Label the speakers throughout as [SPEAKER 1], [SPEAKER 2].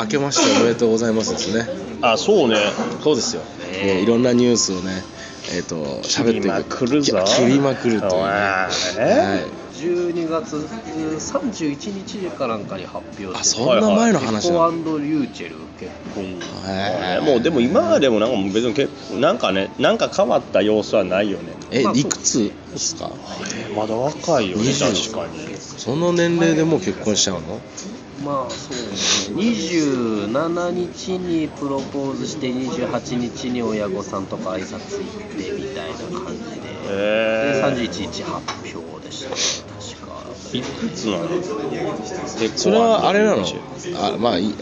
[SPEAKER 1] 明けましておめでとうございますですね。
[SPEAKER 2] あそうね
[SPEAKER 1] そうですよ。ね、いろんなニュースをね、えっ、と喋っていく。
[SPEAKER 2] 切りまくるぞ
[SPEAKER 1] いや切りまくるというね。
[SPEAKER 2] おい
[SPEAKER 1] は
[SPEAKER 2] え
[SPEAKER 1] い。
[SPEAKER 3] 12月31日かなんかに発表してて
[SPEAKER 1] あそんな前の話
[SPEAKER 3] エ
[SPEAKER 1] な
[SPEAKER 3] コ
[SPEAKER 1] の。
[SPEAKER 3] リューチェル結婚
[SPEAKER 1] へー
[SPEAKER 2] もうでも今までもなんかもう別に結構なんかねなんか変わった様子はないよね
[SPEAKER 1] え
[SPEAKER 3] まあ
[SPEAKER 1] いくつですか？
[SPEAKER 2] まだ若いよね確かに
[SPEAKER 1] その年齢でもう結婚しちゃうの？
[SPEAKER 3] まあそうですね27日にプロポーズして28日に親御さんとか挨拶行ってみたいな感じで、
[SPEAKER 2] えー、
[SPEAKER 3] で31日発表でしたね確か
[SPEAKER 2] いくつなの
[SPEAKER 1] それはあれなの
[SPEAKER 2] 結構？
[SPEAKER 1] あまあいい。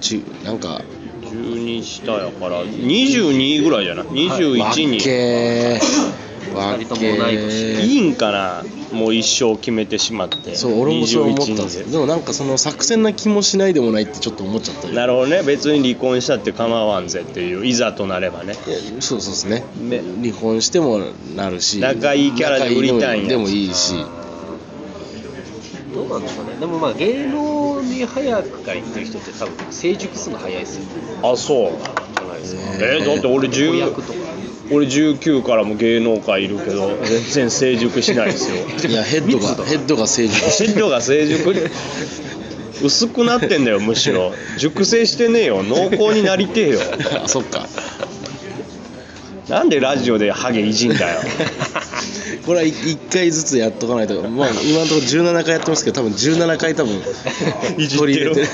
[SPEAKER 1] ちなんか
[SPEAKER 2] 12下やから22ぐらいじゃない21
[SPEAKER 1] わっ
[SPEAKER 2] に
[SPEAKER 1] けーわっけ
[SPEAKER 3] 二人とも同い
[SPEAKER 1] ー
[SPEAKER 3] 年
[SPEAKER 2] いいんかなもう一生決めてしまって
[SPEAKER 1] そう俺もそう思ったんです
[SPEAKER 2] 21
[SPEAKER 1] でもなんかその作戦な気もしないでもないってちょっと思っちゃった
[SPEAKER 2] で
[SPEAKER 1] よ
[SPEAKER 2] なるほどね別に離婚したって構わんぜっていういざとなればね
[SPEAKER 1] いやそうそうですね
[SPEAKER 2] ね
[SPEAKER 1] 離婚してもなるし
[SPEAKER 2] 仲いいキャラで売りたい
[SPEAKER 1] 仲
[SPEAKER 2] んや
[SPEAKER 1] のでもいいし
[SPEAKER 3] どうなんでしょうねでもまあ芸能に早くから行ってる人って多分成熟するの早いですよね
[SPEAKER 2] あそう
[SPEAKER 3] じゃないですか
[SPEAKER 2] えー、だって俺
[SPEAKER 3] 子
[SPEAKER 2] 10
[SPEAKER 3] 役とか
[SPEAKER 2] 俺19からも芸能界いるけど全然成熟しないですよ
[SPEAKER 1] いやヘッドがヘッドが成熟して
[SPEAKER 2] ヘッドが成熟薄くなってんだよむしろ熟成してねえよ濃厚になりてえよ
[SPEAKER 1] あそっか
[SPEAKER 2] なんでラジオでハゲいじんだよ
[SPEAKER 1] これは1回ずつやっとかないと、まあ、今のところ17回やってますけど多分17回多分
[SPEAKER 2] いじってる
[SPEAKER 1] 取り入れてる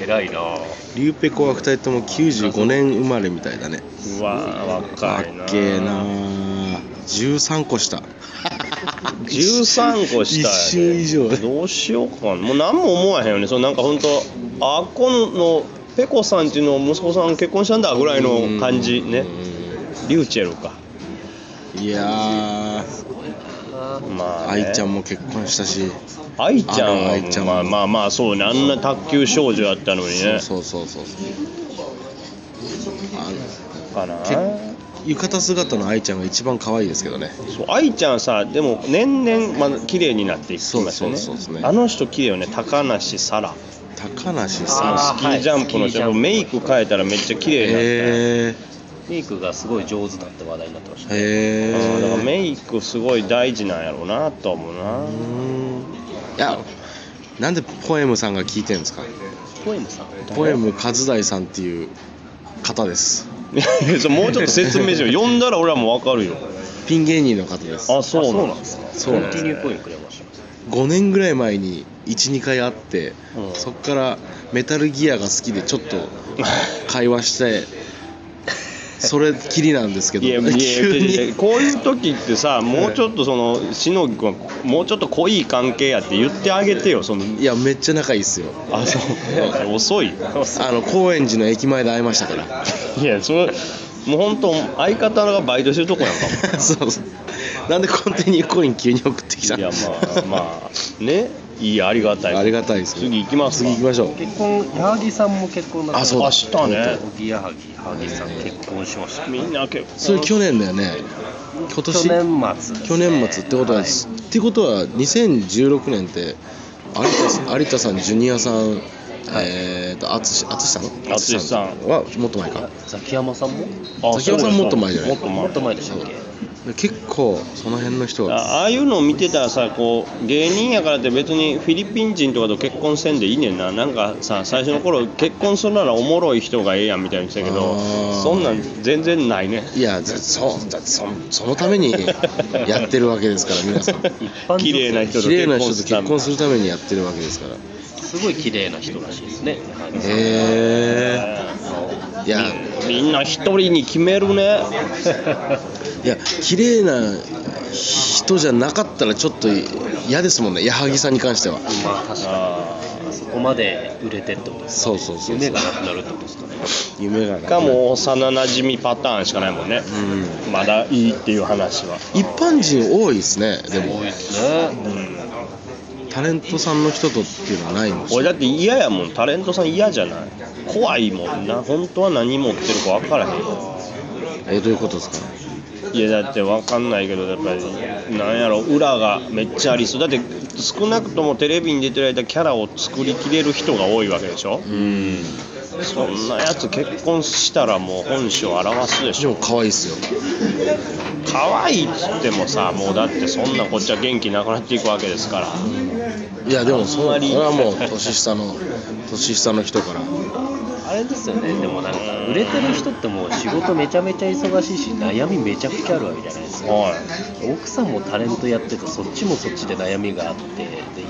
[SPEAKER 3] 偉いなぁ
[SPEAKER 1] リューペコは2人とも95年生まれみたいだね
[SPEAKER 2] うわー
[SPEAKER 1] か
[SPEAKER 2] 若
[SPEAKER 1] っ
[SPEAKER 2] いな
[SPEAKER 1] けえな13個した
[SPEAKER 2] 13個した
[SPEAKER 1] 一周以上
[SPEAKER 2] どうしようかなもう何も思わへんよねそのなんか本当あっこのペコさんちの息子さん結婚したんだぐらいの感じねリューチェルか
[SPEAKER 1] いや
[SPEAKER 2] まあ、ね、
[SPEAKER 1] 愛ちゃんも結婚したし
[SPEAKER 2] 愛ちゃん
[SPEAKER 1] あの愛ちゃ
[SPEAKER 2] は
[SPEAKER 1] ん
[SPEAKER 2] まあまあまあそうねあんな卓球少女やったのにね
[SPEAKER 1] そうそうそうそうあ
[SPEAKER 2] かな
[SPEAKER 1] 浴衣姿の愛ちゃんが一番可愛いですけどね
[SPEAKER 2] そう愛ちゃんさでも年々まあ綺麗になっていきますよね
[SPEAKER 1] そうそうそうそうね
[SPEAKER 2] あの人綺麗よね高梨沙羅
[SPEAKER 1] 高梨
[SPEAKER 3] あ
[SPEAKER 1] さ
[SPEAKER 3] ー
[SPEAKER 2] スキージャンプの人、
[SPEAKER 3] はい
[SPEAKER 2] メイク変えたらめっちゃ綺
[SPEAKER 1] ん
[SPEAKER 2] 麗になった、
[SPEAKER 1] へ
[SPEAKER 3] メイクがすごい上手だって話題になってました
[SPEAKER 1] え
[SPEAKER 3] ね
[SPEAKER 1] へ
[SPEAKER 2] うんだから
[SPEAKER 1] え
[SPEAKER 2] メイクすごい大事なんやろうなとは思うな、
[SPEAKER 1] いやなんでポエムさんが聞いてるんですか
[SPEAKER 3] ポエムさん
[SPEAKER 1] ポエム和大さんっていう方です
[SPEAKER 2] い やいやそうもうちょっと説明しよう呼んだら俺はもう分かるよ
[SPEAKER 1] ピン芸人の方です
[SPEAKER 2] あそうなん
[SPEAKER 3] ですか
[SPEAKER 1] そうなん
[SPEAKER 3] コ
[SPEAKER 1] で
[SPEAKER 3] ン
[SPEAKER 1] す
[SPEAKER 3] ティニューコインくれました
[SPEAKER 1] 5年ぐらい前に12回会って、
[SPEAKER 2] うん
[SPEAKER 1] そっからメタルギアが好きでちょっ と会話してそれっきりなんですけど
[SPEAKER 2] いやいや
[SPEAKER 1] 急
[SPEAKER 2] いやい
[SPEAKER 1] に
[SPEAKER 2] やこういう時ってさもうちょっとその篠木君はもうちょっと濃い関係やって言ってあげてよその
[SPEAKER 1] いやめっちゃ仲いいっすよ
[SPEAKER 2] あそう 遅い
[SPEAKER 1] あの高円寺の駅前で会いましたか
[SPEAKER 2] いやそれもう本当相方がバイトしてるとこやんから
[SPEAKER 1] そうそうなんでコンティニューコイン急に送ってきた
[SPEAKER 2] もいやまあまあねいいありがたい
[SPEAKER 1] ありがたいですよ
[SPEAKER 2] 次行きますか
[SPEAKER 1] 次行きましょう
[SPEAKER 3] 結婚矢作さんも結婚だった
[SPEAKER 1] あそうだ
[SPEAKER 2] あしたね
[SPEAKER 3] おぎやはぎはぎさん結婚しました
[SPEAKER 2] みんな結
[SPEAKER 1] それ
[SPEAKER 2] 構
[SPEAKER 1] 去年だよね今年
[SPEAKER 3] 去年末ですね
[SPEAKER 1] 去年末ってことは、
[SPEAKER 3] は
[SPEAKER 1] っ
[SPEAKER 3] い
[SPEAKER 1] てことは2016年って有 田有田さんジュニアさん、えーと淳淳さん
[SPEAKER 2] 淳さん
[SPEAKER 1] はもっと前か
[SPEAKER 3] ザキヤマさんも
[SPEAKER 2] あ
[SPEAKER 1] 崎山さん
[SPEAKER 2] そうだ
[SPEAKER 1] もっと前じゃない
[SPEAKER 2] もっと前
[SPEAKER 3] もっと前でしたっけ
[SPEAKER 1] で結構その辺の人が
[SPEAKER 2] あああいうのを見てたらさこう芸人やからって別にフィリピン人とかと結婚せんでいいねんななんかさ最初の頃結婚するならおもろい人がええやんみたいにしたけ
[SPEAKER 1] あ
[SPEAKER 2] ど
[SPEAKER 1] ー
[SPEAKER 2] そんなん全然ないね
[SPEAKER 1] いやずそうだそそのため にやってるわけですから皆 さん
[SPEAKER 3] 般女 性
[SPEAKER 2] 綺麗な人と
[SPEAKER 1] 綺麗な人と
[SPEAKER 2] 結
[SPEAKER 1] 結
[SPEAKER 2] 婚
[SPEAKER 1] 婚
[SPEAKER 2] す
[SPEAKER 1] するためにやってるわけですから
[SPEAKER 3] すごい綺麗な人らしいですね矢作さん
[SPEAKER 1] へえいや
[SPEAKER 2] るみんな一人に決めるね
[SPEAKER 1] いや綺麗な人じゃなかったらちょっと嫌ですもんね矢作さんに関しては
[SPEAKER 3] まあ確か
[SPEAKER 2] あ
[SPEAKER 3] にそこまで売れてってことです
[SPEAKER 1] そうそうそうそ
[SPEAKER 3] 夢
[SPEAKER 1] う
[SPEAKER 3] がなくなるってことですかね
[SPEAKER 1] 夢がな
[SPEAKER 2] ー
[SPEAKER 1] い
[SPEAKER 2] かも幼なじみパターンしかないもんね、まだいいっていう話は
[SPEAKER 1] 一般人多いですねでも
[SPEAKER 3] 多いですね
[SPEAKER 1] タレントさんの人とっていうのはないんですよ
[SPEAKER 2] 俺だって嫌やもんタレントさん嫌じゃない怖いもんな本当は何持ってるか分からへん
[SPEAKER 1] えどういうことですか
[SPEAKER 2] いやだって分かんないけどやっぱりなんやろ裏がめっちゃありそうだって少なくともテレビに出てる間キャラを作りきれる人が多いわけでしょ
[SPEAKER 1] うん
[SPEAKER 2] そんなやつ結婚したらもう本性を表すでし
[SPEAKER 1] で
[SPEAKER 2] ょ
[SPEAKER 1] も可愛いっすよ
[SPEAKER 2] 可愛いっつってもさもうだってそんなこっちは元気なくなっていくわけですから
[SPEAKER 1] いやでもそう
[SPEAKER 2] あんま
[SPEAKER 1] こ
[SPEAKER 2] り
[SPEAKER 1] れはもう年下 の年下の人から
[SPEAKER 3] あれですよねでもなんか売れてる人ってもう仕事めちゃめちゃ忙しいし悩みめちゃくちゃあるわけじゃないですか
[SPEAKER 2] は
[SPEAKER 3] 奥さんもタレントやっててそっちもそっちで悩みがあってで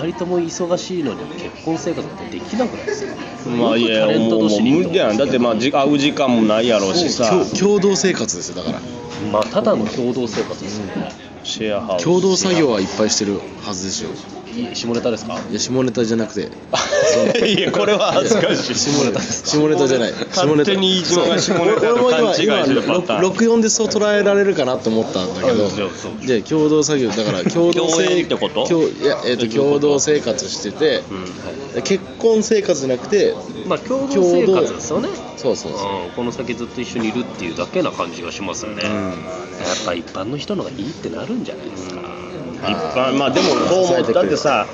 [SPEAKER 3] 2人とも忙しいのに結婚生活ってできなくないですか
[SPEAKER 2] いまあいや
[SPEAKER 3] よくタレント
[SPEAKER 2] もうも
[SPEAKER 3] 同
[SPEAKER 2] う
[SPEAKER 3] 士に
[SPEAKER 2] 無理やんだってまあじ会う時間もないやろうしさ
[SPEAKER 1] 共共同生活ですよだから
[SPEAKER 3] まあただの共同生活ですよね、
[SPEAKER 2] シェアハウス
[SPEAKER 1] 共同作業はいっぱいしてるはずですよ
[SPEAKER 3] い下ネタですか
[SPEAKER 1] いや下ネタじゃなくて
[SPEAKER 2] いやこれは恥ずかしい
[SPEAKER 3] 下ネ タですか
[SPEAKER 1] 下ネタじゃない下ネタ
[SPEAKER 2] 勝手に自分が下ネタと
[SPEAKER 1] 俺
[SPEAKER 2] 勘違
[SPEAKER 1] も
[SPEAKER 2] い
[SPEAKER 1] 今
[SPEAKER 2] してる
[SPEAKER 1] 今
[SPEAKER 2] パターン
[SPEAKER 1] 六四でそう捉えられるかなと思ったんだけど
[SPEAKER 2] あそうそう
[SPEAKER 1] で共同作業だ から共同
[SPEAKER 2] 共演
[SPEAKER 1] 生
[SPEAKER 2] ってこと
[SPEAKER 1] 共いやえっと
[SPEAKER 2] どういうこと
[SPEAKER 1] 共同生活してて
[SPEAKER 2] うん
[SPEAKER 1] 結婚生活じゃなくて
[SPEAKER 3] まあ共同生活ですよね
[SPEAKER 1] そうそうそう
[SPEAKER 3] うん、この先ずっと一緒にいるっていうだけな感じがしますよね、やっぱ一般の人のがいいってなるんじゃないですか、
[SPEAKER 2] 一般まあでも
[SPEAKER 1] 伝え
[SPEAKER 2] どう
[SPEAKER 1] て
[SPEAKER 2] も
[SPEAKER 1] くれる
[SPEAKER 2] だってさ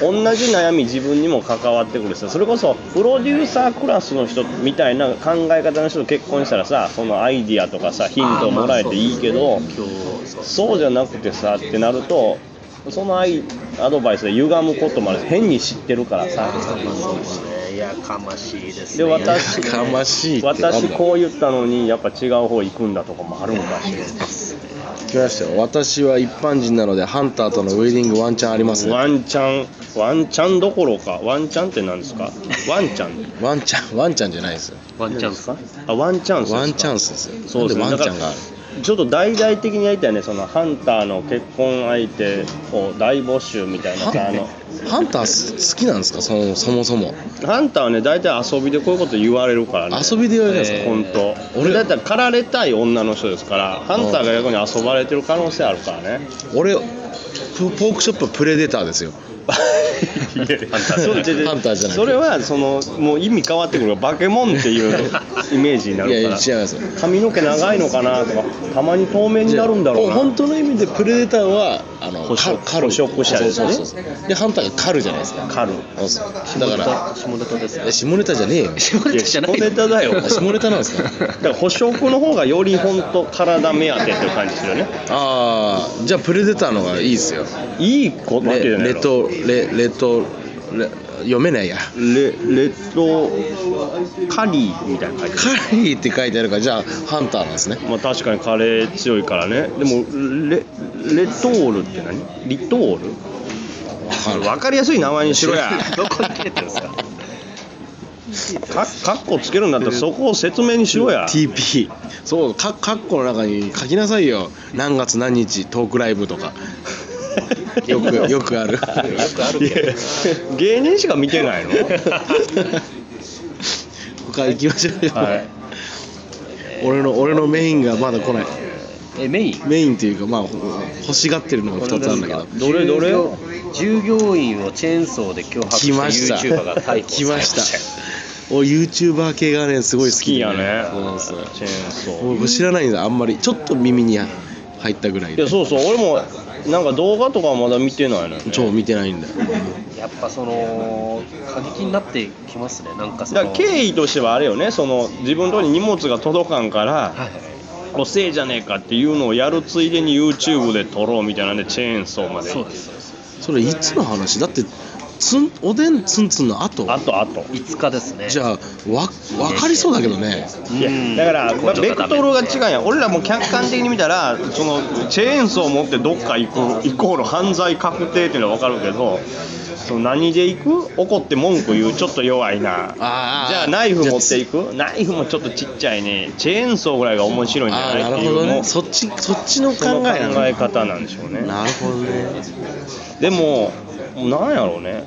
[SPEAKER 2] 同じ悩み自分にも関わってくるしさそれこそプロデューサークラスの人みたいな考え方の人と結婚したらさそのアイディアとかさヒントをもらえていいけど
[SPEAKER 3] 今日そう
[SPEAKER 2] そうじゃなくてさってなるとそのアイアドバイスで歪むこともあるし変に知ってるからさ
[SPEAKER 3] そうですねいやかましいです
[SPEAKER 2] で
[SPEAKER 3] ね
[SPEAKER 2] 私
[SPEAKER 1] やかましいってなんだ
[SPEAKER 2] 私こう言ったのにやっぱ違う方行くんだとかもあるのかし
[SPEAKER 1] 来ましたよ私は一般人なのでハンターとのウェディングワンチャンありますね
[SPEAKER 2] ワンチャンワンチャンどころかワンチャンって何ですかワンチャン
[SPEAKER 1] ワンチャンワンチャンじゃないですよ
[SPEAKER 3] ワンチャンスか
[SPEAKER 2] あワンチャンスですか
[SPEAKER 1] ワンチャンスですよ
[SPEAKER 2] そうですね
[SPEAKER 1] なんでワンチャンがある
[SPEAKER 2] ちょっと大々的にやりたいねそのハンターの結婚相手を大募集みたいなあの
[SPEAKER 1] ハンターす好きなんですかそもそもそも
[SPEAKER 2] ハンターはね大体遊びでこういうこと言われるからね
[SPEAKER 1] 遊びで言われるんですか、
[SPEAKER 2] 本当俺だったら狩られたい女の人ですからハンターが逆に遊ばれてる可能性あるからね
[SPEAKER 1] 俺ポポークショップはプレデターですよ
[SPEAKER 2] いやそう違う違う
[SPEAKER 1] ハンターじゃない
[SPEAKER 2] それはそのもう意味変わってくるからバケモンっていう イメージにない
[SPEAKER 1] やい
[SPEAKER 2] る
[SPEAKER 1] や違い
[SPEAKER 2] か
[SPEAKER 1] ま
[SPEAKER 2] ら
[SPEAKER 1] すよ
[SPEAKER 2] 髪の毛長いのかなとかたまに透明になるんだろうな
[SPEAKER 1] 本当の意味でプレデターはあの
[SPEAKER 2] 捕食
[SPEAKER 1] カカル
[SPEAKER 2] 捕食者ですよね
[SPEAKER 1] そうそうそうでハンターがカルじゃないですか
[SPEAKER 2] カル
[SPEAKER 1] そうそうだから
[SPEAKER 3] 下ネタです
[SPEAKER 1] え下ネタじゃね えよ
[SPEAKER 3] 下ネタじゃない
[SPEAKER 2] いや下ネタだ よ
[SPEAKER 1] あ下ネタなんですか
[SPEAKER 2] だから捕食の方がより本当体目当てっていう感じですよね
[SPEAKER 1] ああじゃあプレデターの方がいいですよ
[SPEAKER 2] いい子わけじ
[SPEAKER 1] レ
[SPEAKER 2] ゃない
[SPEAKER 1] レ
[SPEAKER 2] の
[SPEAKER 1] トレレトレ読めないや
[SPEAKER 2] レレッドカリーみたいな感じ
[SPEAKER 1] カリーって書いてあるからじゃあハンターなんですね
[SPEAKER 2] まあ確かにカレー強いからねでもレレトールって何リトール
[SPEAKER 1] わかる
[SPEAKER 2] 分かりやすい名前にしろ や
[SPEAKER 3] どこに出てるんですか
[SPEAKER 2] かカッコつけるんだったらそこを説明にしろや
[SPEAKER 1] TP そうかカッコの中に書きなさいよ何月何日トークライブとかよくよくある
[SPEAKER 2] いや芸人しか見てない の
[SPEAKER 1] 他行きましょうよ、
[SPEAKER 2] はい
[SPEAKER 1] 俺の俺のメインがまだ来ない
[SPEAKER 3] えメイン
[SPEAKER 1] メインっていうかまあほ欲しがってるのが2つあるんだけど
[SPEAKER 2] どれどれ
[SPEAKER 3] 従業員をチェーンソーで脅迫し
[SPEAKER 1] 来ました
[SPEAKER 3] た YouTuber が逮捕
[SPEAKER 1] 来ました
[SPEAKER 3] た
[SPEAKER 1] お YouTuber 系がねすごい好
[SPEAKER 2] 好き
[SPEAKER 1] きで
[SPEAKER 2] やね
[SPEAKER 1] そうそう
[SPEAKER 2] チェーンソー
[SPEAKER 1] もう知らないんだあんまりちょっと耳に入ったぐらい
[SPEAKER 2] いや
[SPEAKER 1] で
[SPEAKER 2] そうそう俺もなんか動画とかはまだ見てないのよ、ね、
[SPEAKER 1] 超見てないんだよ
[SPEAKER 3] やっぱその過激になってきますねなんかそ
[SPEAKER 2] だ
[SPEAKER 3] の
[SPEAKER 2] から経緯としてはあれよねその自分のとこに荷物が届かんから
[SPEAKER 3] はいはい
[SPEAKER 2] 遅えじゃねえかっていうのをやるついでに YouTube で撮ろうみたいなんでチェーンソーまで
[SPEAKER 3] そうですそうです
[SPEAKER 1] それいつの話だってつんおでんつんつんの後
[SPEAKER 2] あとあと
[SPEAKER 3] 5日ですね
[SPEAKER 1] じゃあわ分かりそうだけどね
[SPEAKER 2] いやだから、まあベクトルが違うんや俺らも客観的に見たらそのチェーンソー持ってどっか行くイコール犯罪確定っていうのは分かるけどその何で行く怒って文句言うちょっと弱いな
[SPEAKER 1] あー
[SPEAKER 2] じゃあナイフ持っていくナイフもちょっとちっちゃいねチェーンソーぐらいが面白いんじゃ
[SPEAKER 1] ああ
[SPEAKER 2] ない
[SPEAKER 1] な
[SPEAKER 2] っ
[SPEAKER 1] る
[SPEAKER 2] てい
[SPEAKER 1] ほど
[SPEAKER 2] う
[SPEAKER 1] ね
[SPEAKER 2] の
[SPEAKER 1] そっちそっちの考
[SPEAKER 2] その考
[SPEAKER 1] えなの
[SPEAKER 2] え方なんでしょうね
[SPEAKER 1] なるほどね
[SPEAKER 2] でもなんやろうね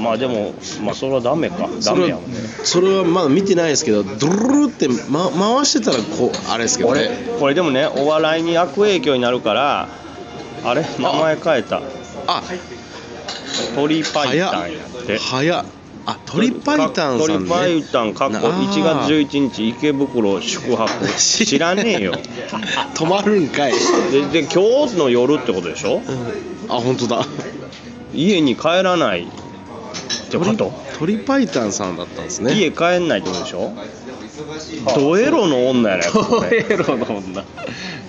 [SPEAKER 2] まあでもまあそれはダメかダ
[SPEAKER 1] そ
[SPEAKER 2] メ
[SPEAKER 1] れ
[SPEAKER 2] や
[SPEAKER 1] は
[SPEAKER 2] もんね
[SPEAKER 1] それはまだ見てないですけどドゥルルルって、ま、回してたらこうあれですけど
[SPEAKER 2] 俺
[SPEAKER 1] ね
[SPEAKER 2] これでもねお笑いに悪影響になるからあれ名前変えた
[SPEAKER 1] あ
[SPEAKER 2] 鳥パイタンやって
[SPEAKER 1] 早っあ鳥パイタンさんね
[SPEAKER 2] 鳥パイタンかっこ
[SPEAKER 1] なあー
[SPEAKER 2] 1月11日池袋宿泊知らねえよ
[SPEAKER 1] 止まるんかい、
[SPEAKER 2] でで今日の夜ってことでしょ
[SPEAKER 1] あ本当だ
[SPEAKER 2] 家に帰らないってこ
[SPEAKER 1] 鳥
[SPEAKER 2] と
[SPEAKER 1] 鳥パイタンさんだったんですね
[SPEAKER 2] 家帰んないってことでしょドエロの女やねこ
[SPEAKER 3] ト
[SPEAKER 2] れ
[SPEAKER 3] エロの女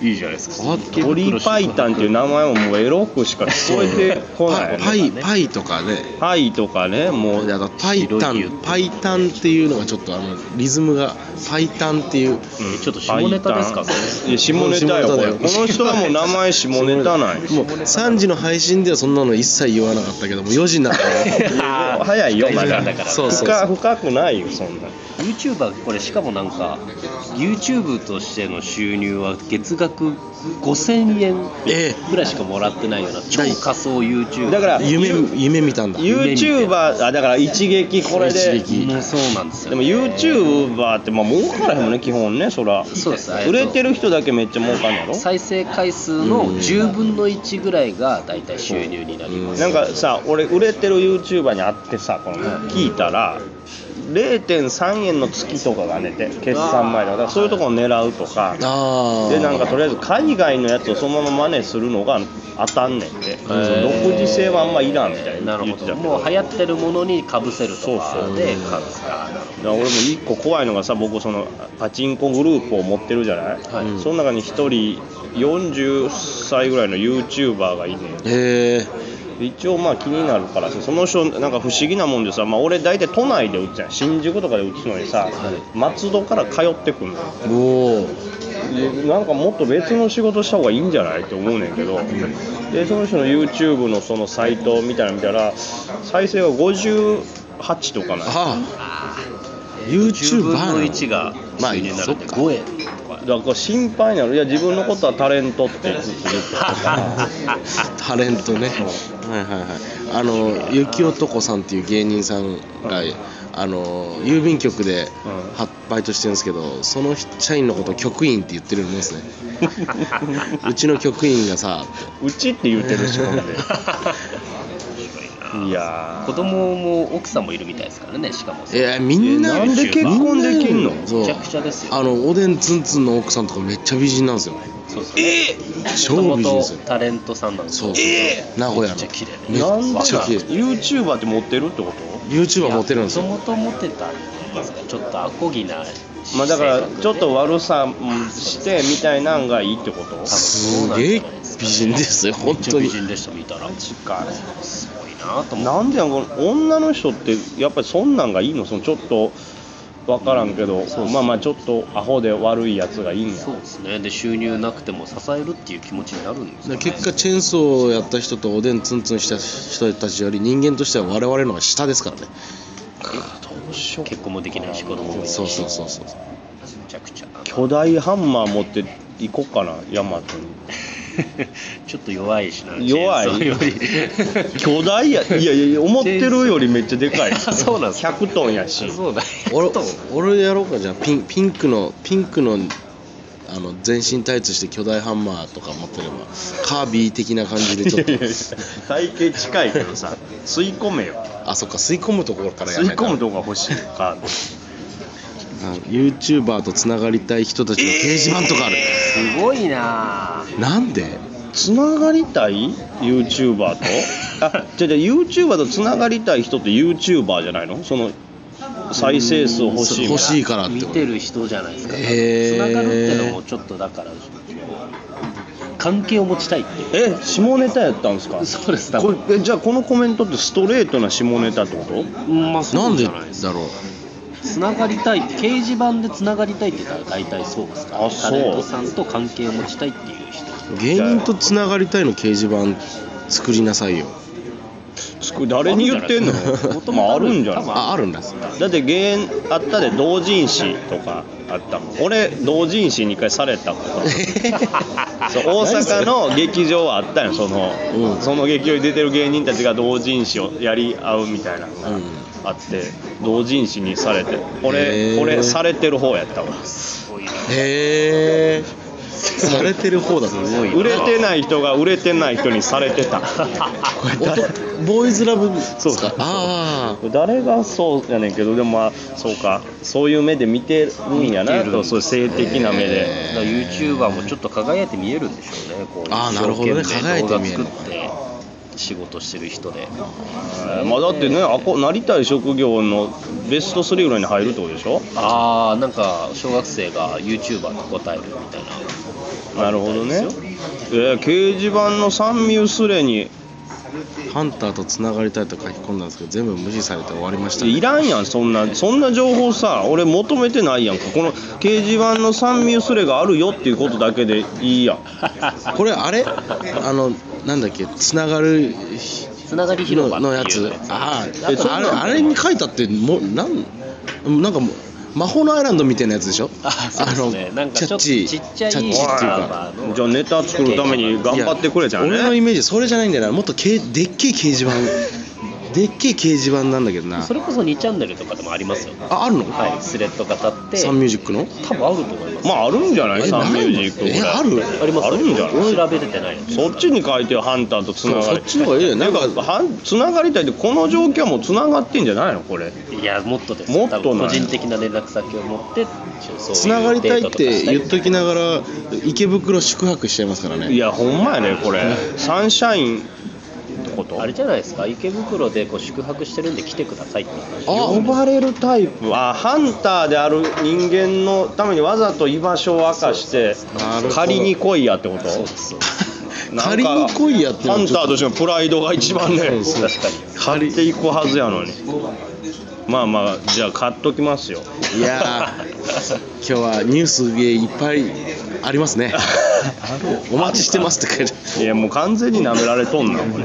[SPEAKER 3] いいじゃないですか
[SPEAKER 1] あ
[SPEAKER 2] 鳥パイタンっていう名前ももうエロくしか聞こえてこな
[SPEAKER 1] パ
[SPEAKER 2] い
[SPEAKER 1] パイパイとかね
[SPEAKER 2] パイとかねもう
[SPEAKER 1] あとパイタ
[SPEAKER 3] 白い湯
[SPEAKER 1] ンパイタンっていうのがちょっとあのリズムがパイタンっていう
[SPEAKER 2] うん
[SPEAKER 3] ちょっと下ネタです
[SPEAKER 2] パ
[SPEAKER 3] か
[SPEAKER 2] イタン
[SPEAKER 3] そ
[SPEAKER 2] いや下ネタよ
[SPEAKER 1] 下ネタ
[SPEAKER 2] こ
[SPEAKER 1] だ
[SPEAKER 2] れ
[SPEAKER 1] よ
[SPEAKER 2] この人はもう名前下ネタない
[SPEAKER 1] もう3時の配信ではそんなの一切言わなかったけども4時になったら
[SPEAKER 3] あー
[SPEAKER 2] 早いよまだ
[SPEAKER 3] 大事なんだから
[SPEAKER 1] そうそう
[SPEAKER 2] 深深くないよそんな
[SPEAKER 3] YouTuber これしかもなんか YouTube としての収入は月額5000円
[SPEAKER 1] え
[SPEAKER 3] ぐらいしかもらってないような超
[SPEAKER 1] ない
[SPEAKER 3] 仮想 YouTuber
[SPEAKER 2] だから
[SPEAKER 1] え夢夢見たんだ
[SPEAKER 2] YouTuber あだから一撃これで
[SPEAKER 1] 一撃
[SPEAKER 3] ねそうなんですよ
[SPEAKER 2] でも YouTuber ってまあ儲からへんもんね基本ねそら
[SPEAKER 3] そうです
[SPEAKER 2] 売れてる人だけめっちゃ儲かんやろ
[SPEAKER 3] 再生回数の10分の1ぐらいが大体収入になります、
[SPEAKER 2] なんかさ俺売れてる YouTuber に会ってさこの聞いたら0.3円の月とかがねて決算前とかだからそういうとこを狙うとか
[SPEAKER 1] ああ
[SPEAKER 2] でなんかとりあえず海外のやつをそのまま真似するのが当たんねんてその
[SPEAKER 3] ー
[SPEAKER 2] 独自性はあんまいらんみたい
[SPEAKER 3] な
[SPEAKER 2] な
[SPEAKER 3] る
[SPEAKER 2] 言
[SPEAKER 3] ほ
[SPEAKER 2] ってた
[SPEAKER 3] ど
[SPEAKER 2] け
[SPEAKER 3] も
[SPEAKER 2] ど
[SPEAKER 3] う流行ってるものにかぶせると
[SPEAKER 2] そう
[SPEAKER 3] か
[SPEAKER 2] そう
[SPEAKER 3] でかぶせあー
[SPEAKER 2] だか
[SPEAKER 3] なるほ
[SPEAKER 2] ら俺も一個怖いのがさ僕そのパチンコグループを持ってるじゃない、
[SPEAKER 3] はい
[SPEAKER 2] その中に一人40歳ぐらいの YouTuber がいんねん
[SPEAKER 1] へえ
[SPEAKER 2] 一応まあ気になるからさその人なんか不思議なもんでさ、まあ、俺大体都内で打つやん新宿とかで打つのにさ、松戸から通ってくんのよ
[SPEAKER 1] おお
[SPEAKER 2] でなんかもっと別の仕事した方がいいんじゃないって思うねんけど、でその人の YouTube のそのサイトみたいなの見たら再生が58とかない
[SPEAKER 1] ああ
[SPEAKER 3] ど10分
[SPEAKER 1] YouTuber
[SPEAKER 3] の1が
[SPEAKER 1] まあ
[SPEAKER 3] 収入になる
[SPEAKER 1] そ
[SPEAKER 3] っ
[SPEAKER 1] ってか
[SPEAKER 3] 5円
[SPEAKER 2] だから心配になるいや自分のことはタレントって言って
[SPEAKER 1] タレントね、はいはいはい、あの雪男さんっていう芸人さんが、あの郵便局で、
[SPEAKER 2] うん
[SPEAKER 1] はバイトしてるんですけどその社員のことを局員って言ってるんですね うちの局員がさ
[SPEAKER 2] うちって言ってるし ほんでいやー
[SPEAKER 3] 子供も奥さんもいるみたいですからねしかも
[SPEAKER 1] えー、みんな
[SPEAKER 2] えなんで結婚できんの
[SPEAKER 1] そう
[SPEAKER 3] めちゃくちゃですよ
[SPEAKER 1] あのおでんつんつんの奥さんとかめっちゃ美人なんですよ
[SPEAKER 3] そうそうえ
[SPEAKER 1] 超美人ですよ
[SPEAKER 3] タレントさんなんです
[SPEAKER 1] そ
[SPEAKER 3] よ
[SPEAKER 1] うそう、名古屋
[SPEAKER 3] めっちゃ綺麗ね
[SPEAKER 2] なんで
[SPEAKER 1] の
[SPEAKER 2] な
[SPEAKER 1] めっちゃ綺麗
[SPEAKER 2] YouTuber って持ってるってこと
[SPEAKER 1] YouTuber 持てるんですよ
[SPEAKER 3] もともとモテたんですかちょっとアコギな
[SPEAKER 2] まあだからちょっと
[SPEAKER 3] 悪
[SPEAKER 2] 悪さもしてみたいなんがいいってこと
[SPEAKER 1] すげえ美人ですよ本当
[SPEAKER 3] 美
[SPEAKER 1] に
[SPEAKER 3] 人でした見たらす
[SPEAKER 2] か
[SPEAKER 3] ごいなと思って
[SPEAKER 2] なんでやこの女の人ってやっぱりそんなんがいいのそのちょっと分からんけど、まあまあちょっとアホで悪いやつがいいんや
[SPEAKER 3] そうですねで収入なくても支えるっていう気持ちになるんですか
[SPEAKER 1] で
[SPEAKER 3] ね
[SPEAKER 1] 結果チェーンソーをやった人とおでんツンツンした人たちより人間としては我々の方が下ですからね
[SPEAKER 2] どうしよう
[SPEAKER 3] 結婚もできないし子供もいないし
[SPEAKER 1] そうそうそうそう
[SPEAKER 3] めちゃくちゃ
[SPEAKER 2] 巨大ハンマー持って行こっかなヤマトに
[SPEAKER 3] ちょっと弱いしな
[SPEAKER 2] 弱い
[SPEAKER 3] チェーンソーより
[SPEAKER 2] 巨大 やいやいや思ってるよりめっちゃでか い
[SPEAKER 3] そうなんですか
[SPEAKER 2] 100トンやし
[SPEAKER 3] そう だ
[SPEAKER 1] 俺俺やろうかじゃあピンピンクのピンクのあの全身タイツして巨大ハンマーとか持ってればカービィ的な感じでちょっと
[SPEAKER 2] 体型近いけどさ吸い込めよ
[SPEAKER 1] あそっか吸い込むところからや
[SPEAKER 2] 吸い
[SPEAKER 1] めた
[SPEAKER 2] 込むとこが欲しいか
[SPEAKER 1] あ YouTuber とつながりたい人たちの掲示板とかある、
[SPEAKER 3] すごいな
[SPEAKER 1] なんで
[SPEAKER 2] つながりたい YouTuber とあじゃじゃ YouTuber とつながりたい人って YouTuber じゃないのその再生数欲しい
[SPEAKER 1] 欲しいからって
[SPEAKER 3] 見
[SPEAKER 1] こと
[SPEAKER 3] てる人じゃないですか
[SPEAKER 1] へ
[SPEAKER 3] つ
[SPEAKER 1] ー
[SPEAKER 3] ながるってのもちょっとだから関係を持ちたいっていう
[SPEAKER 2] え下ネタやったんですか
[SPEAKER 3] そうです
[SPEAKER 2] これえじゃあこのコメントってストレートな下ネタってこと
[SPEAKER 3] まあ
[SPEAKER 1] な
[SPEAKER 3] そ
[SPEAKER 1] ん
[SPEAKER 3] う
[SPEAKER 1] で
[SPEAKER 3] じ
[SPEAKER 1] だ
[SPEAKER 3] ゃないですか
[SPEAKER 1] ろう
[SPEAKER 3] つながりたいって掲示板でつながりたいって言ったら大体そうですから
[SPEAKER 2] あそう
[SPEAKER 3] タレントさんと関係を持ちたいっていう人
[SPEAKER 1] 芸人とつながりたいの掲示板作りなさいよ
[SPEAKER 2] つく誰に言ってんのまああるんじゃない
[SPEAKER 1] ああるんだ
[SPEAKER 2] だって芸あったで同人誌とかあったもん俺同人誌2回されたもん そう大阪の劇場はあったんよその、
[SPEAKER 1] うん
[SPEAKER 2] その劇場に出てる芸人たちが同人誌をやり合うみたいなのが
[SPEAKER 1] うん
[SPEAKER 2] あって、同人誌にされて
[SPEAKER 1] へ
[SPEAKER 2] 俺
[SPEAKER 1] ー
[SPEAKER 2] 俺されてる方やったわ
[SPEAKER 1] へえされてる方だったんですよ
[SPEAKER 2] 売れてない人が売れてない人にされてた
[SPEAKER 1] これ誰ボーイズラブです
[SPEAKER 2] そうそう
[SPEAKER 1] かあ
[SPEAKER 2] 誰がそうやねんけどでもまあそうかそういう目で見てるんや
[SPEAKER 3] 見
[SPEAKER 2] な
[SPEAKER 3] てる
[SPEAKER 2] とそういう性的な目で
[SPEAKER 1] へ
[SPEAKER 3] だから YouTuber もちょっと輝いて見えるんでしょうねこう
[SPEAKER 1] あーなるほどね
[SPEAKER 3] 一生懸命動画
[SPEAKER 1] 輝いて見える
[SPEAKER 3] 作って仕事してる人で
[SPEAKER 2] えーまあだってねあこなりたい職業のベスト3ぐらいに入るってことでしょ
[SPEAKER 3] ああなんか小学生が YouTuber と答えるみたいな
[SPEAKER 2] なるほどねえー掲示板の三ミュスレに
[SPEAKER 1] あハンターとつながりたいと書き込んだんですけど全部無視されて終わりましたね
[SPEAKER 2] いらんやんそんなそんな情報さ俺求めてないやんかこの掲示板の三ミュスレがあるよっていうことだけでいい やん
[SPEAKER 1] これあれあのなんだっけつながる日
[SPEAKER 3] つながり広場
[SPEAKER 1] の
[SPEAKER 3] ってい
[SPEAKER 1] の
[SPEAKER 3] う
[SPEAKER 1] やつあー
[SPEAKER 2] えそんな
[SPEAKER 1] あれ
[SPEAKER 2] の
[SPEAKER 1] あれに書いたってもうなんなんかもう魔法のアイランドみたいなやつでしょ
[SPEAKER 3] あそうですねなんかちょっと
[SPEAKER 1] チャッチ
[SPEAKER 3] ちっちゃい
[SPEAKER 1] チャッチっていうか
[SPEAKER 3] あの
[SPEAKER 2] じゃあネタ作るために頑張ってくれじゃん
[SPEAKER 1] いや俺のイ
[SPEAKER 2] ね
[SPEAKER 1] メージそれじゃないんだよなもっとけでっけえ掲示 板でっけえ掲示板なんだけどな
[SPEAKER 3] それこそ2チャンネルとかでもありますよね
[SPEAKER 1] ああるの、
[SPEAKER 3] はいスレッドが立って
[SPEAKER 1] サンミュージックの
[SPEAKER 3] 多分あると思います
[SPEAKER 2] まああるんじゃない
[SPEAKER 1] え
[SPEAKER 2] サンミュージックぐらい
[SPEAKER 1] えある
[SPEAKER 3] あります
[SPEAKER 2] あるんじゃない
[SPEAKER 3] 調べれてないの
[SPEAKER 2] そっちに書いてよハンターとつな
[SPEAKER 1] そう
[SPEAKER 2] が
[SPEAKER 1] そっ
[SPEAKER 2] り
[SPEAKER 1] ちの方がいいよねな んか
[SPEAKER 2] はんつながりたいってこの状況はもうつながってんじゃないのこれ
[SPEAKER 3] いやもっとです
[SPEAKER 2] もっとない
[SPEAKER 3] 多分個人的な連絡先を持ってつ
[SPEAKER 1] つながりたいって言っときながら池袋宿泊しちゃいますから
[SPEAKER 2] い
[SPEAKER 1] ね
[SPEAKER 2] やほんまやねこれサンシャインってこと
[SPEAKER 3] あれじゃないですか池袋でこう宿泊してるんで来てくださいって言ったんです
[SPEAKER 1] あ
[SPEAKER 2] 呼ばれるタイプあハンターである人間のためにわざと居場所を明かして
[SPEAKER 1] なるほど
[SPEAKER 2] 仮に来いやってこと
[SPEAKER 3] そうですそうです
[SPEAKER 2] なんか
[SPEAKER 1] 仮に来いやっての
[SPEAKER 2] ハ
[SPEAKER 1] は
[SPEAKER 2] ン
[SPEAKER 1] ちょ
[SPEAKER 2] タ
[SPEAKER 1] っ
[SPEAKER 2] ーとしてのプライドが一番ね
[SPEAKER 1] そう
[SPEAKER 3] 確かに
[SPEAKER 2] 借りていくはずやのにまあまあじゃあ買っときますよ
[SPEAKER 1] いやー今日はニュースでいっぱいあります ねお待ちしてますって書いて
[SPEAKER 2] いやもう完全に舐められとんなこれ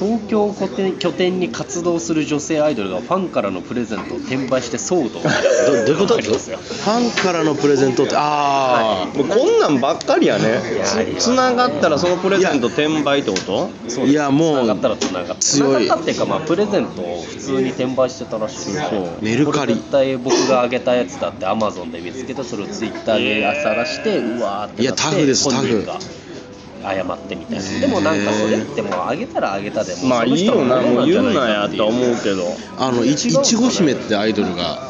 [SPEAKER 3] 東京を拠点拠点に活動する女性アイドルがファンからのプレゼントを転売して騒動
[SPEAKER 1] どどういうこと
[SPEAKER 3] ありますよ
[SPEAKER 1] ファンからのプレゼントってあ
[SPEAKER 2] もうこんなんばっかりやねつつながったらそのプレゼント転売ってこと
[SPEAKER 1] あいやも
[SPEAKER 3] 繋が
[SPEAKER 1] う
[SPEAKER 3] ったら繋がった
[SPEAKER 1] 強い
[SPEAKER 3] 繋がったっていうかまあプレゼントを普通に転売してたらしいそう
[SPEAKER 1] メルカリ
[SPEAKER 3] 絶対僕があげたやつだってアマゾンで見つけてそれをツイッターで晒してうわーってなって
[SPEAKER 1] いやタフです
[SPEAKER 3] 本人
[SPEAKER 1] タフ
[SPEAKER 3] が謝ってみたいなでもなんかそれってもうあげたらあげたでもう
[SPEAKER 2] まあいいよな
[SPEAKER 3] そ
[SPEAKER 2] も
[SPEAKER 3] の
[SPEAKER 2] う
[SPEAKER 3] 人
[SPEAKER 2] 言
[SPEAKER 3] は
[SPEAKER 2] う
[SPEAKER 3] も
[SPEAKER 2] なや
[SPEAKER 3] じ
[SPEAKER 2] と
[SPEAKER 3] ゃ
[SPEAKER 2] は
[SPEAKER 3] な
[SPEAKER 2] 思
[SPEAKER 3] いかっていう
[SPEAKER 2] うけど
[SPEAKER 1] あのいいちご姫ってアイドル が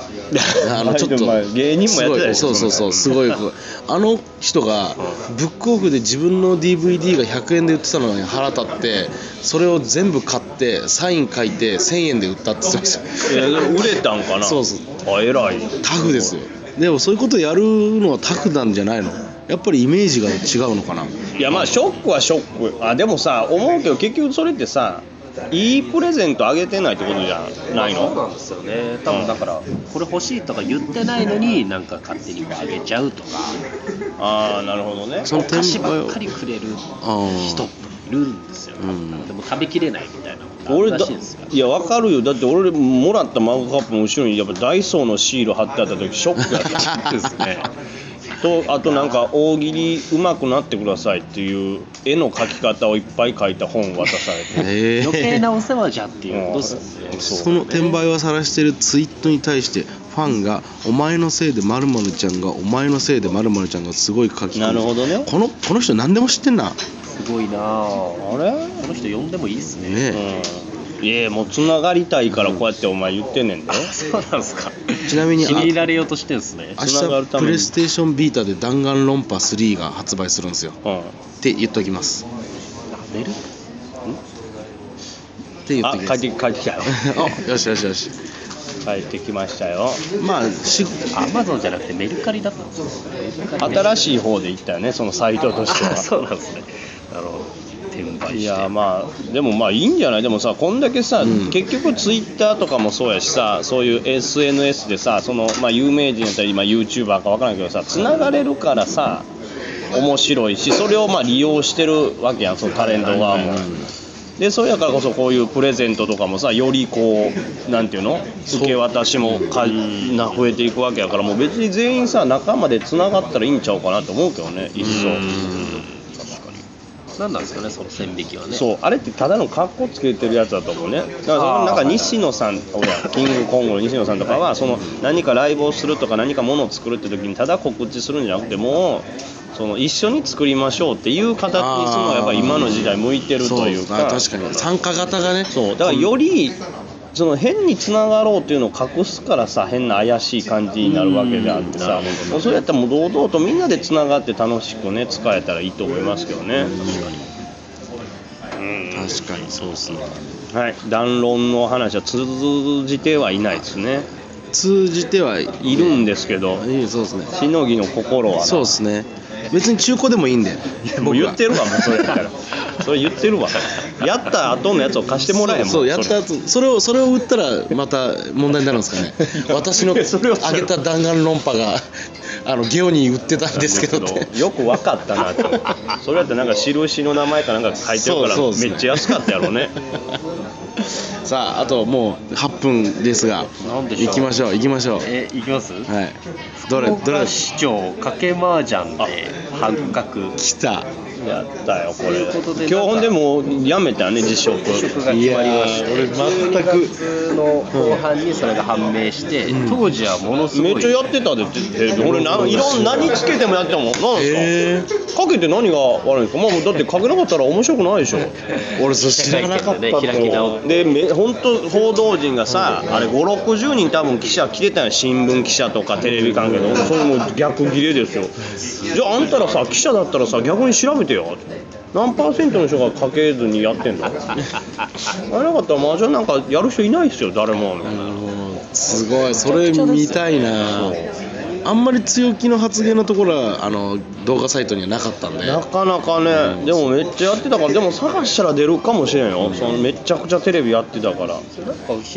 [SPEAKER 1] あのちょっと
[SPEAKER 2] まあ芸人もやってたり
[SPEAKER 1] すごいそうそうそうすごいこうあの人がブックオフで自分の DVD が100円で売ってたのに腹立ってそれを全部買ってサイン書いて1000円で売ったって言ってました
[SPEAKER 2] いや売れたんかな
[SPEAKER 1] そうそう
[SPEAKER 2] あ偉い
[SPEAKER 1] タフですよでもそういうことやるのはタフなんじゃないのやっぱりイメージが違うのかない
[SPEAKER 2] やまあショックはショックあでもさ思うけど結局それってさいいプレゼントあげてないってことじゃない
[SPEAKER 3] そうな
[SPEAKER 2] の
[SPEAKER 3] んですよね多分だからこれ欲しいとか言ってないのになんか勝手にあげちゃうとか
[SPEAKER 2] ああなるほどね
[SPEAKER 1] その
[SPEAKER 3] お菓
[SPEAKER 1] 転
[SPEAKER 3] 子
[SPEAKER 1] 売
[SPEAKER 3] ばっ
[SPEAKER 1] を
[SPEAKER 3] かりくれる
[SPEAKER 1] あー
[SPEAKER 3] 人いるんですよ、
[SPEAKER 1] ん
[SPEAKER 3] でも食べきれないみたいなことある
[SPEAKER 2] 俺
[SPEAKER 3] ら
[SPEAKER 2] だ
[SPEAKER 3] しいんですよ
[SPEAKER 2] いやわかるよだって俺もらったマグカップの後ろにやっぱダイソーのシール貼ってあった時ショックだった
[SPEAKER 1] そうですね
[SPEAKER 2] とあとなんか大喜利うまくなってくださいっていう絵の描き方をいっぱい書いた本を渡されて
[SPEAKER 1] え
[SPEAKER 3] 余計
[SPEAKER 1] え
[SPEAKER 3] なお世話じゃっていうことですよね、
[SPEAKER 1] その転売を晒してるツイートに対してファンが「お前のせいでまるちゃんがお前のせいでまるちゃんがすごい書き込む
[SPEAKER 2] なるほどね
[SPEAKER 1] このこの人何でも知ってんな
[SPEAKER 3] すごいなぁ
[SPEAKER 2] あれ
[SPEAKER 3] この人呼んでもいいっすね
[SPEAKER 1] ね
[SPEAKER 2] うんいやもうつながりたいからこうやってお前言ってんねんで、
[SPEAKER 3] そうなんですか
[SPEAKER 1] ちなみに
[SPEAKER 3] 気
[SPEAKER 1] あ
[SPEAKER 3] に入られようとしてんすね
[SPEAKER 1] 明
[SPEAKER 2] つながる
[SPEAKER 1] 日
[SPEAKER 2] た
[SPEAKER 1] プ
[SPEAKER 2] めに
[SPEAKER 1] レイステーションビータで弾丸論破3が発売するんですよ
[SPEAKER 2] うん、
[SPEAKER 1] って言っときます
[SPEAKER 3] メル
[SPEAKER 1] って言っ
[SPEAKER 2] あ
[SPEAKER 1] とき
[SPEAKER 2] 帰
[SPEAKER 1] ま
[SPEAKER 2] っ
[SPEAKER 1] す
[SPEAKER 2] てき帰ってきたよ
[SPEAKER 1] あよしよしよし
[SPEAKER 2] 帰ってきましたよ
[SPEAKER 1] まあし
[SPEAKER 3] アマゾンじゃなくてメルカリだったんですね
[SPEAKER 2] 新しい方で行ったよねそのサイトとして
[SPEAKER 3] あ
[SPEAKER 2] は
[SPEAKER 3] そうなんですねなるほど転売して
[SPEAKER 2] いやまあでもまあいいんじゃないでもさこんだけさ、
[SPEAKER 1] うん
[SPEAKER 2] 結局ツイッターとかもそうやしさそういう SNS でさその、まあ、有名人やったり、まあ、YouTuber かわからんけどさつながれるからさ面白いしそれをまあ利用してるわけやんそのタレント側も。でそうやからこそこういうプレゼントとかもさよりこうなんていうの受け渡しもかな増えていくわけやからもう別に全員さ仲間でつながったらいいんちゃうかなと思うけどね一層。
[SPEAKER 3] 何なんですかねその線引きはね
[SPEAKER 2] そうあれってただの格好つけてるやつだと思うねだからそのなんか西野さんとかキングコングの西野さんとかはその何かライブをするとか何かものを作るって時にただ告知するんじゃなくてもうその一緒に作りましょうっていう形にするのがやっぱ今の時代向いてるという
[SPEAKER 1] あ
[SPEAKER 2] か
[SPEAKER 1] 確かに参加型がね
[SPEAKER 2] そうだからよりその変につながろうっていうのを隠すからさ変な怪しい感じになるわけであってさもうそれやったらもう堂々とみんなでつながって楽しくね使えたらいいと思いますけどね
[SPEAKER 1] 確かにそうですね
[SPEAKER 2] はい談論の話は通じてはいないですね
[SPEAKER 1] 通じてはいい
[SPEAKER 2] いるんですけど
[SPEAKER 1] いいそうですね
[SPEAKER 2] しのぎの心はな
[SPEAKER 1] そうですね別に中古でもいいんで僕
[SPEAKER 2] もう言
[SPEAKER 1] は
[SPEAKER 2] ってるわもうそれ やったらそれ言ってるわやった後のやつを貸してもらえもん
[SPEAKER 1] そうそうやっ
[SPEAKER 2] そ
[SPEAKER 1] た
[SPEAKER 2] れ
[SPEAKER 1] 後それをそれを売ったらまた問題になるんです かね私の
[SPEAKER 2] それはそ
[SPEAKER 1] 上
[SPEAKER 2] れ
[SPEAKER 1] げた弾丸論破 があのゲオに売ってたんですけどって
[SPEAKER 2] よく分かったなとそれやったらなんか印の名前かなんか書いてるから
[SPEAKER 1] そうそうですね
[SPEAKER 2] めっちゃ安かったやろ うね
[SPEAKER 1] さああともう8分ですが
[SPEAKER 3] なんでしょう
[SPEAKER 1] 行きましょう行きましょう
[SPEAKER 3] え行きます
[SPEAKER 1] はいどれ
[SPEAKER 3] 福
[SPEAKER 1] どれ
[SPEAKER 3] 岡市長かけ麻雀で半角
[SPEAKER 1] 来た
[SPEAKER 2] やったよこ
[SPEAKER 3] と
[SPEAKER 2] れ
[SPEAKER 3] いうことで
[SPEAKER 2] 今日ほんでもうやめたね辞職
[SPEAKER 3] 職が決まりまして
[SPEAKER 1] いやー俺
[SPEAKER 3] 12
[SPEAKER 1] 全く
[SPEAKER 3] 月の後半にそれが判明して、当時はものすご
[SPEAKER 2] めっ
[SPEAKER 3] い
[SPEAKER 2] ちゃやってたでテレビ俺ないろん何つけてもやってたもんなん
[SPEAKER 1] へ
[SPEAKER 2] ですかかけて何が悪いんですかまあだってかけなかったら面白くないでしょ
[SPEAKER 1] 俺それ知らなかった
[SPEAKER 3] 記者会見でね 開き直っ
[SPEAKER 2] でめ本当報道陣がさ、あれ560人多分記者来てたよ新聞記者とかテレビ関係のそれも逆切れですよじゃああんたらさ記者だったらさ逆に調べてよ何パーセントの人がかけずにやって んのあれなかったら麻雀なんかやる人いないですよ誰もみたいな
[SPEAKER 1] すごいそれ見たいなあんまり強気の発言のところはあの動画サイトにはなかったんで
[SPEAKER 2] なかなかね、でもめっちゃやってたからでも探したら出るかもしれんよ、そのめちゃくちゃテレビやってたから
[SPEAKER 3] なんか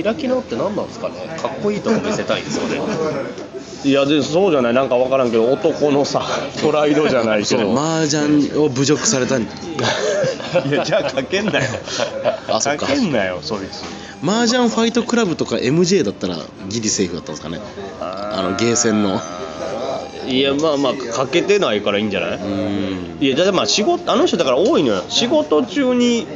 [SPEAKER 3] 開き直って何なんですかねかっこいいとこ見せたいんですよね
[SPEAKER 2] いやでそうじゃないなんか分からんけど男のさプライドじゃないけど
[SPEAKER 1] 麻雀を侮辱されたん
[SPEAKER 2] いやじゃあかけんなよ
[SPEAKER 1] あそっか
[SPEAKER 2] けんなよそいつ
[SPEAKER 1] 麻雀ファイトクラブとか MJ だったらギリセーフだったんですかねあのゲーセンの
[SPEAKER 2] いやまあまあかけてないからいいんじゃない
[SPEAKER 1] うん
[SPEAKER 2] いやだってまあ仕事あの人だから多いのよ仕事中に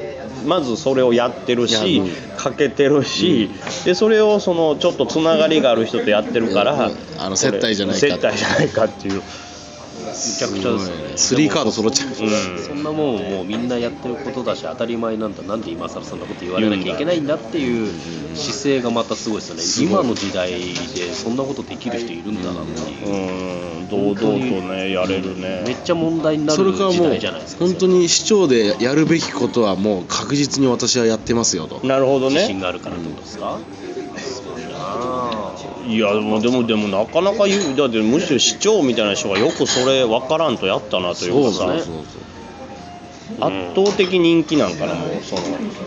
[SPEAKER 2] まずそれをやってる
[SPEAKER 1] い
[SPEAKER 2] し
[SPEAKER 1] やうん
[SPEAKER 2] かけてるし、でそれをそのちょっとつながりがある人とやってるか
[SPEAKER 1] いや
[SPEAKER 2] ら
[SPEAKER 1] うんあの接待じゃないか
[SPEAKER 2] 接待じゃないかっていう、
[SPEAKER 1] すごい
[SPEAKER 3] め
[SPEAKER 1] ね
[SPEAKER 3] ちゃくちゃですね
[SPEAKER 1] スリーカード揃っちゃう
[SPEAKER 2] うん
[SPEAKER 3] そんなもんもうみんなやってることだし当たり前なんだなんで今更そんなこと言われなきゃいけないんだっていう姿勢がまたすごいですよね今の時代でそんなことできる人いるんだなっていう、
[SPEAKER 2] うん堂々とねやれるね
[SPEAKER 3] めっちゃ問題にな
[SPEAKER 1] それ
[SPEAKER 3] る
[SPEAKER 1] か
[SPEAKER 3] 時
[SPEAKER 1] もう
[SPEAKER 3] 代じゃないですか
[SPEAKER 1] 本当に市長でやるべきことはもう確実に私はやってますよと
[SPEAKER 2] なるほど
[SPEAKER 3] 自信
[SPEAKER 2] ね
[SPEAKER 3] があるからってことですか、すごいなあ
[SPEAKER 2] いやでもでもでもなかなか言うだってむしろ市長みたいな人がよくそれ分からんとやったなというかさ
[SPEAKER 1] そう
[SPEAKER 2] 圧
[SPEAKER 1] そうそう
[SPEAKER 2] 倒的人気なんかなもうその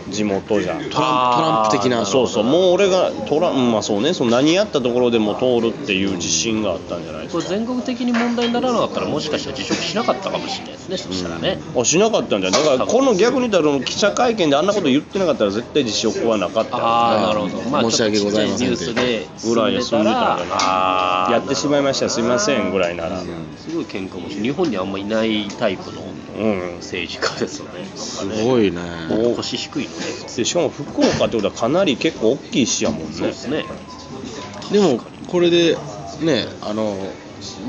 [SPEAKER 2] 地元じゃ
[SPEAKER 1] トランプトランプ的な
[SPEAKER 2] そうそうもう俺がトランまあそうねその何やったところでも通るっていう自信があったんじゃないです
[SPEAKER 3] これ全国的に問題にならなかったらもしかしたら辞職しなかったかもしれないですねそしたらね、
[SPEAKER 2] かあしなかったんじゃないだからこの逆に言ったらその記者会見であんなこと言ってなかったら絶対辞職はなかった
[SPEAKER 3] ああなるほど、まあ、
[SPEAKER 1] 申し訳ございません
[SPEAKER 3] ちょっとちっちゃいニュースで
[SPEAKER 2] ぐらいで済んでたら
[SPEAKER 3] 済んであー
[SPEAKER 2] やってしまいましたすいませんぐらいなら
[SPEAKER 3] すごい喧嘩もし日本にあんまいないタイプの
[SPEAKER 2] うん
[SPEAKER 3] 政治家ですよねなんか
[SPEAKER 1] す
[SPEAKER 3] ね
[SPEAKER 1] ごいね
[SPEAKER 2] ごい
[SPEAKER 3] 腰低いのね
[SPEAKER 2] でしかも福岡ってことはかなり結構大きい市やもん
[SPEAKER 3] そう
[SPEAKER 2] ね
[SPEAKER 3] ですね
[SPEAKER 1] でもこれでねあの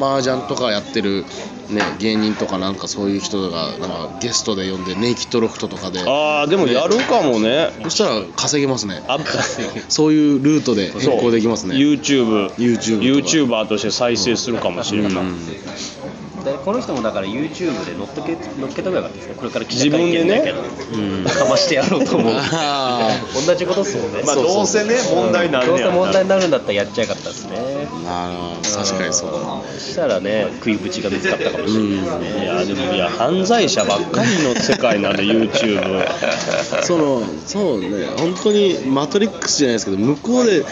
[SPEAKER 1] 麻雀とかやってるね芸人とかなんかそういう人がなんかゲストで呼んでネイキッドロフトとかで
[SPEAKER 2] ああでもやるかもね
[SPEAKER 1] そしたら稼げますね
[SPEAKER 2] あった
[SPEAKER 1] そういうルートで変更できますね
[SPEAKER 2] YouTube
[SPEAKER 1] YouTube とか
[SPEAKER 2] YouTuber として再生するかもしれない、
[SPEAKER 1] うん
[SPEAKER 3] でこの人もだから YouTube で乗っけ乗っけとけばよかったですねこれから記
[SPEAKER 2] 自
[SPEAKER 3] 者
[SPEAKER 2] 分
[SPEAKER 3] 会
[SPEAKER 2] で
[SPEAKER 3] 見
[SPEAKER 2] ね
[SPEAKER 3] だけど、かましてやろう と思う
[SPEAKER 1] あ
[SPEAKER 3] 同じことっすもんね、
[SPEAKER 2] まあ
[SPEAKER 1] そうそう
[SPEAKER 2] どうせね問題になる
[SPEAKER 3] ど
[SPEAKER 2] ん
[SPEAKER 3] う
[SPEAKER 2] ね
[SPEAKER 3] せ
[SPEAKER 2] や
[SPEAKER 3] 問題になるんだったらやっちゃよかったですね
[SPEAKER 1] ーあー確かにそうだな
[SPEAKER 3] そしたらね食いぶちが見つかったかもしれないですね
[SPEAKER 2] いやでもいや犯罪者ばっかりの世界なんで YouTube
[SPEAKER 1] そのそうね本当にマトリックスじゃないですけど向こうで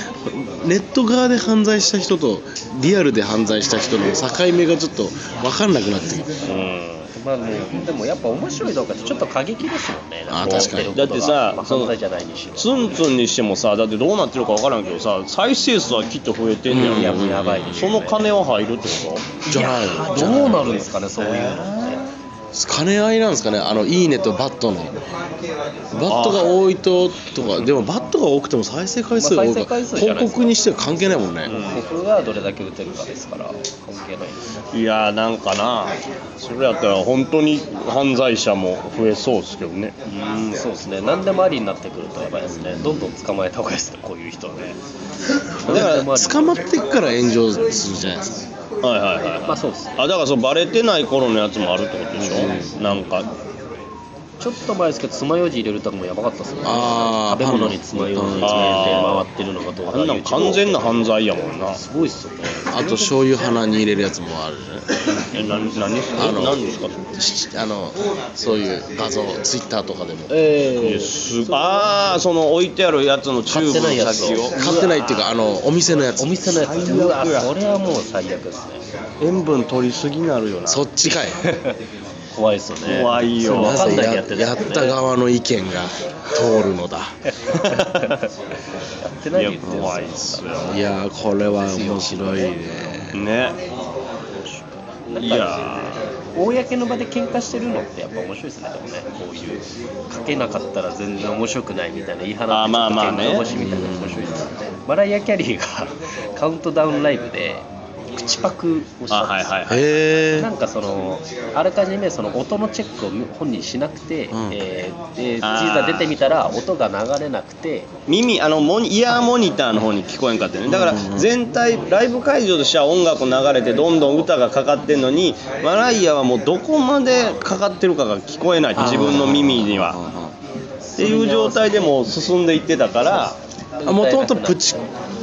[SPEAKER 1] ネット側で犯罪した人とリアルで犯罪した人の境目がちょっと分かんなくなってきて
[SPEAKER 2] うん
[SPEAKER 3] まあね、でもやっぱ面白い動画ってちょっと過激ですもんね。
[SPEAKER 1] あ
[SPEAKER 3] なんこう
[SPEAKER 1] 確かに
[SPEAKER 3] やることが
[SPEAKER 2] だってさ
[SPEAKER 3] まあ
[SPEAKER 2] その
[SPEAKER 3] 犯罪じゃないにしろ。
[SPEAKER 2] ツンツンにしてもさだってどうなってるか分からんけどさ再生数はきっと増えてんね
[SPEAKER 1] うんん
[SPEAKER 3] いや、もうやばいでし
[SPEAKER 2] そ
[SPEAKER 3] ょ。
[SPEAKER 2] の金は入るってこ
[SPEAKER 1] じゃない
[SPEAKER 3] どうなるんですかね、そういうのって。
[SPEAKER 1] 兼ね合いなんですかねあのいいねとバットのバットが多いととかでもバットが多くても再生回数が多いか
[SPEAKER 3] まあ
[SPEAKER 1] ら
[SPEAKER 3] 再生回数じゃない
[SPEAKER 1] 広告にしては関係ないもんね、
[SPEAKER 3] 僕がどれだけ打てるかですから関係ないです
[SPEAKER 2] いやーなんかなそれやったら本当に犯罪者も増えそうですけどね
[SPEAKER 3] うんそうですね何でもありになってくるとやばいですねどんどん捕まえた方がいいですねこういう人は ね
[SPEAKER 1] だから捕ま
[SPEAKER 3] っ
[SPEAKER 1] ってくから炎上するじゃないですか
[SPEAKER 2] はいはいはい、はい、
[SPEAKER 3] まあそうです
[SPEAKER 2] あだからそうバレてない頃のやつもあるってことでしょ、なんか
[SPEAKER 3] ちょっと前ですけど爪楊枝入れるとかもやばかったですもんね
[SPEAKER 1] あ
[SPEAKER 3] 食
[SPEAKER 1] ー
[SPEAKER 3] べ物に爪楊枝入れ
[SPEAKER 2] あ
[SPEAKER 3] て回
[SPEAKER 2] ー
[SPEAKER 3] ってるのがどう
[SPEAKER 2] あんなん完全な犯罪やもんな
[SPEAKER 3] すごいっすよね
[SPEAKER 1] あと醤油鼻に入れるやつもあるね
[SPEAKER 2] えな何です
[SPEAKER 1] あの
[SPEAKER 2] か何ですか
[SPEAKER 1] しあのそういう画像ツイッターとかでも
[SPEAKER 2] い
[SPEAKER 3] え
[SPEAKER 2] やすああその置いてあるやつのチューブ
[SPEAKER 3] 買ってない
[SPEAKER 2] の
[SPEAKER 3] やつ
[SPEAKER 2] 先を
[SPEAKER 1] 買ってないっていうかあのお店のやつ
[SPEAKER 3] お店のやつうわそれはもう最悪ですね
[SPEAKER 2] 塩分取りすぎなるよな
[SPEAKER 1] そっちかい
[SPEAKER 3] 怖いっすよね
[SPEAKER 2] 怖いよ
[SPEAKER 3] それ分かんないでやってるんで
[SPEAKER 1] や
[SPEAKER 3] すもんね
[SPEAKER 1] った側の意見が通るのだ
[SPEAKER 3] やってないいで
[SPEAKER 2] や
[SPEAKER 3] 言ってるん
[SPEAKER 2] 怖いっ
[SPEAKER 3] です
[SPEAKER 2] すよ
[SPEAKER 1] いやーこれは面白いね
[SPEAKER 2] ね
[SPEAKER 3] よ
[SPEAKER 2] いや
[SPEAKER 3] 公の場で喧嘩してるのってやっぱ面白いですねでもねこういう書けなかったら全然面白くないみたいな言い放ってちょっと
[SPEAKER 2] あーまあまあ
[SPEAKER 3] 喧
[SPEAKER 2] ね
[SPEAKER 3] 嘩欲しいみたいなの面白いですよねマライア・キャリーがカウントダウンライブで口パクをし
[SPEAKER 2] あ
[SPEAKER 3] たん
[SPEAKER 2] は
[SPEAKER 3] で
[SPEAKER 2] い
[SPEAKER 3] すよ
[SPEAKER 2] はいはい
[SPEAKER 1] へえ
[SPEAKER 3] なんかそのあらかじめその音のチェックを本人しなく
[SPEAKER 1] ん
[SPEAKER 3] て、えーで実
[SPEAKER 2] あー
[SPEAKER 3] は出てみたら音が流れなくて
[SPEAKER 2] 耳あのモニイヤーモニターの方に聞こえんかってねだから全体ライブ会場としては音楽流れてどんどん歌がかかってんのにマライアはもうどこまでかかってるかが聞こえない自分の耳にはっていう状態でもう進んでいってたから
[SPEAKER 1] もともとプチ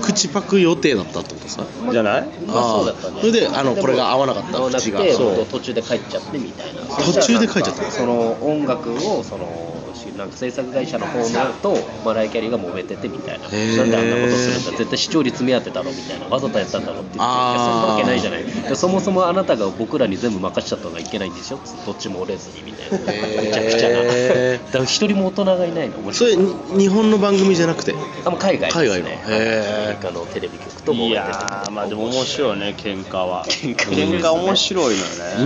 [SPEAKER 1] 口パク予定だったってことですか
[SPEAKER 2] じゃない
[SPEAKER 3] まあそうだったね
[SPEAKER 1] あーそれであの
[SPEAKER 3] も
[SPEAKER 1] これが合わなかった
[SPEAKER 3] 合わなく
[SPEAKER 1] 口
[SPEAKER 3] て
[SPEAKER 1] が
[SPEAKER 3] も
[SPEAKER 1] そう
[SPEAKER 3] う途中で帰っちゃってみたいな
[SPEAKER 1] 途中で帰っちゃった
[SPEAKER 3] そしたらなんかその音楽をそのなんか制作会社の方のとマライアキャリーが揉めててみたいななん
[SPEAKER 1] ー
[SPEAKER 3] であんなことするんだ絶対視聴率目当てだろみたいなわざとやったんだろって言っていやそんな
[SPEAKER 1] あー
[SPEAKER 3] わけないじゃないでそもそもあなたが僕らに全部任しちゃったのがいけないんでしょつってどっちも折れずにみたいなめちゃくちゃな
[SPEAKER 1] へー
[SPEAKER 3] だから一人も大人がいないの面
[SPEAKER 1] そ
[SPEAKER 3] 白い
[SPEAKER 1] れに日本の番組じゃなくて
[SPEAKER 3] あもう海外です
[SPEAKER 1] 海外の
[SPEAKER 3] ね
[SPEAKER 1] へー
[SPEAKER 3] アメリカのテレビ局と揉めて
[SPEAKER 2] い
[SPEAKER 3] て
[SPEAKER 2] やーまあでも面白いよね喧嘩は
[SPEAKER 3] 喧嘩
[SPEAKER 2] 喧嘩面白いのよね